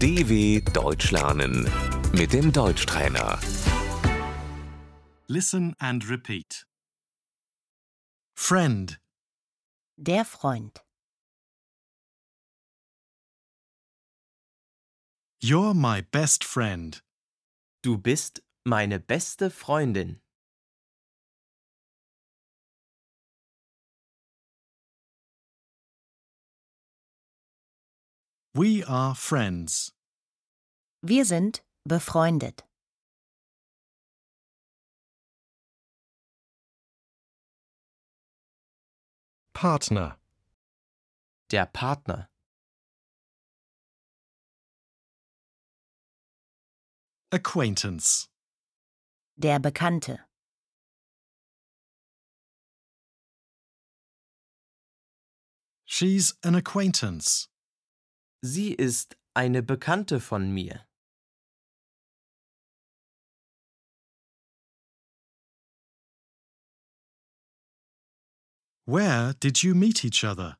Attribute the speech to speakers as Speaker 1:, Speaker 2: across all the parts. Speaker 1: DW Deutsch lernen mit dem Deutschtrainer.
Speaker 2: Listen and repeat. Friend,
Speaker 3: Der Freund.
Speaker 2: you're my best friend.
Speaker 4: Du bist meine beste Freundin.
Speaker 2: We are friends.
Speaker 3: Wir sind befreundet.
Speaker 2: Partner,
Speaker 4: Der Partner.
Speaker 2: acquaintance,
Speaker 3: Der Bekannte.
Speaker 2: she's an acquaintance.
Speaker 4: Sie ist eine Bekannte von mir.
Speaker 2: Where did you meet each other?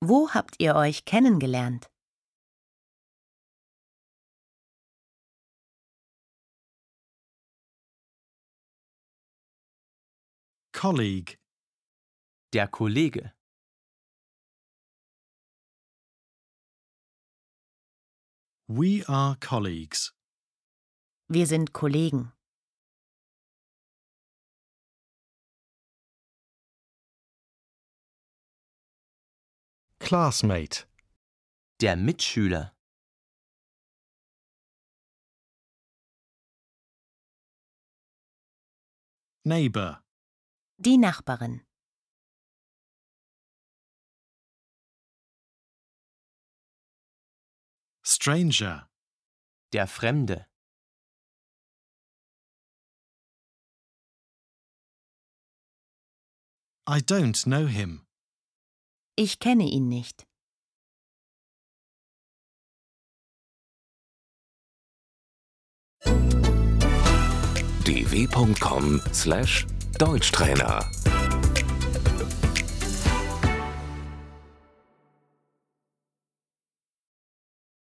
Speaker 3: Wo habt ihr euch kennengelernt?
Speaker 2: Colleague,
Speaker 4: Der Kollege.
Speaker 2: we are colleagues.
Speaker 3: Wir sind Kollegen.
Speaker 2: Classmate,
Speaker 4: Der Mitschüler.
Speaker 2: neighbor,
Speaker 3: Die Nachbarin.
Speaker 2: stranger,
Speaker 4: Der Fremde.
Speaker 2: I don't know him.
Speaker 3: Ich kenne ihn nicht.
Speaker 1: dw.com/deutschtrainer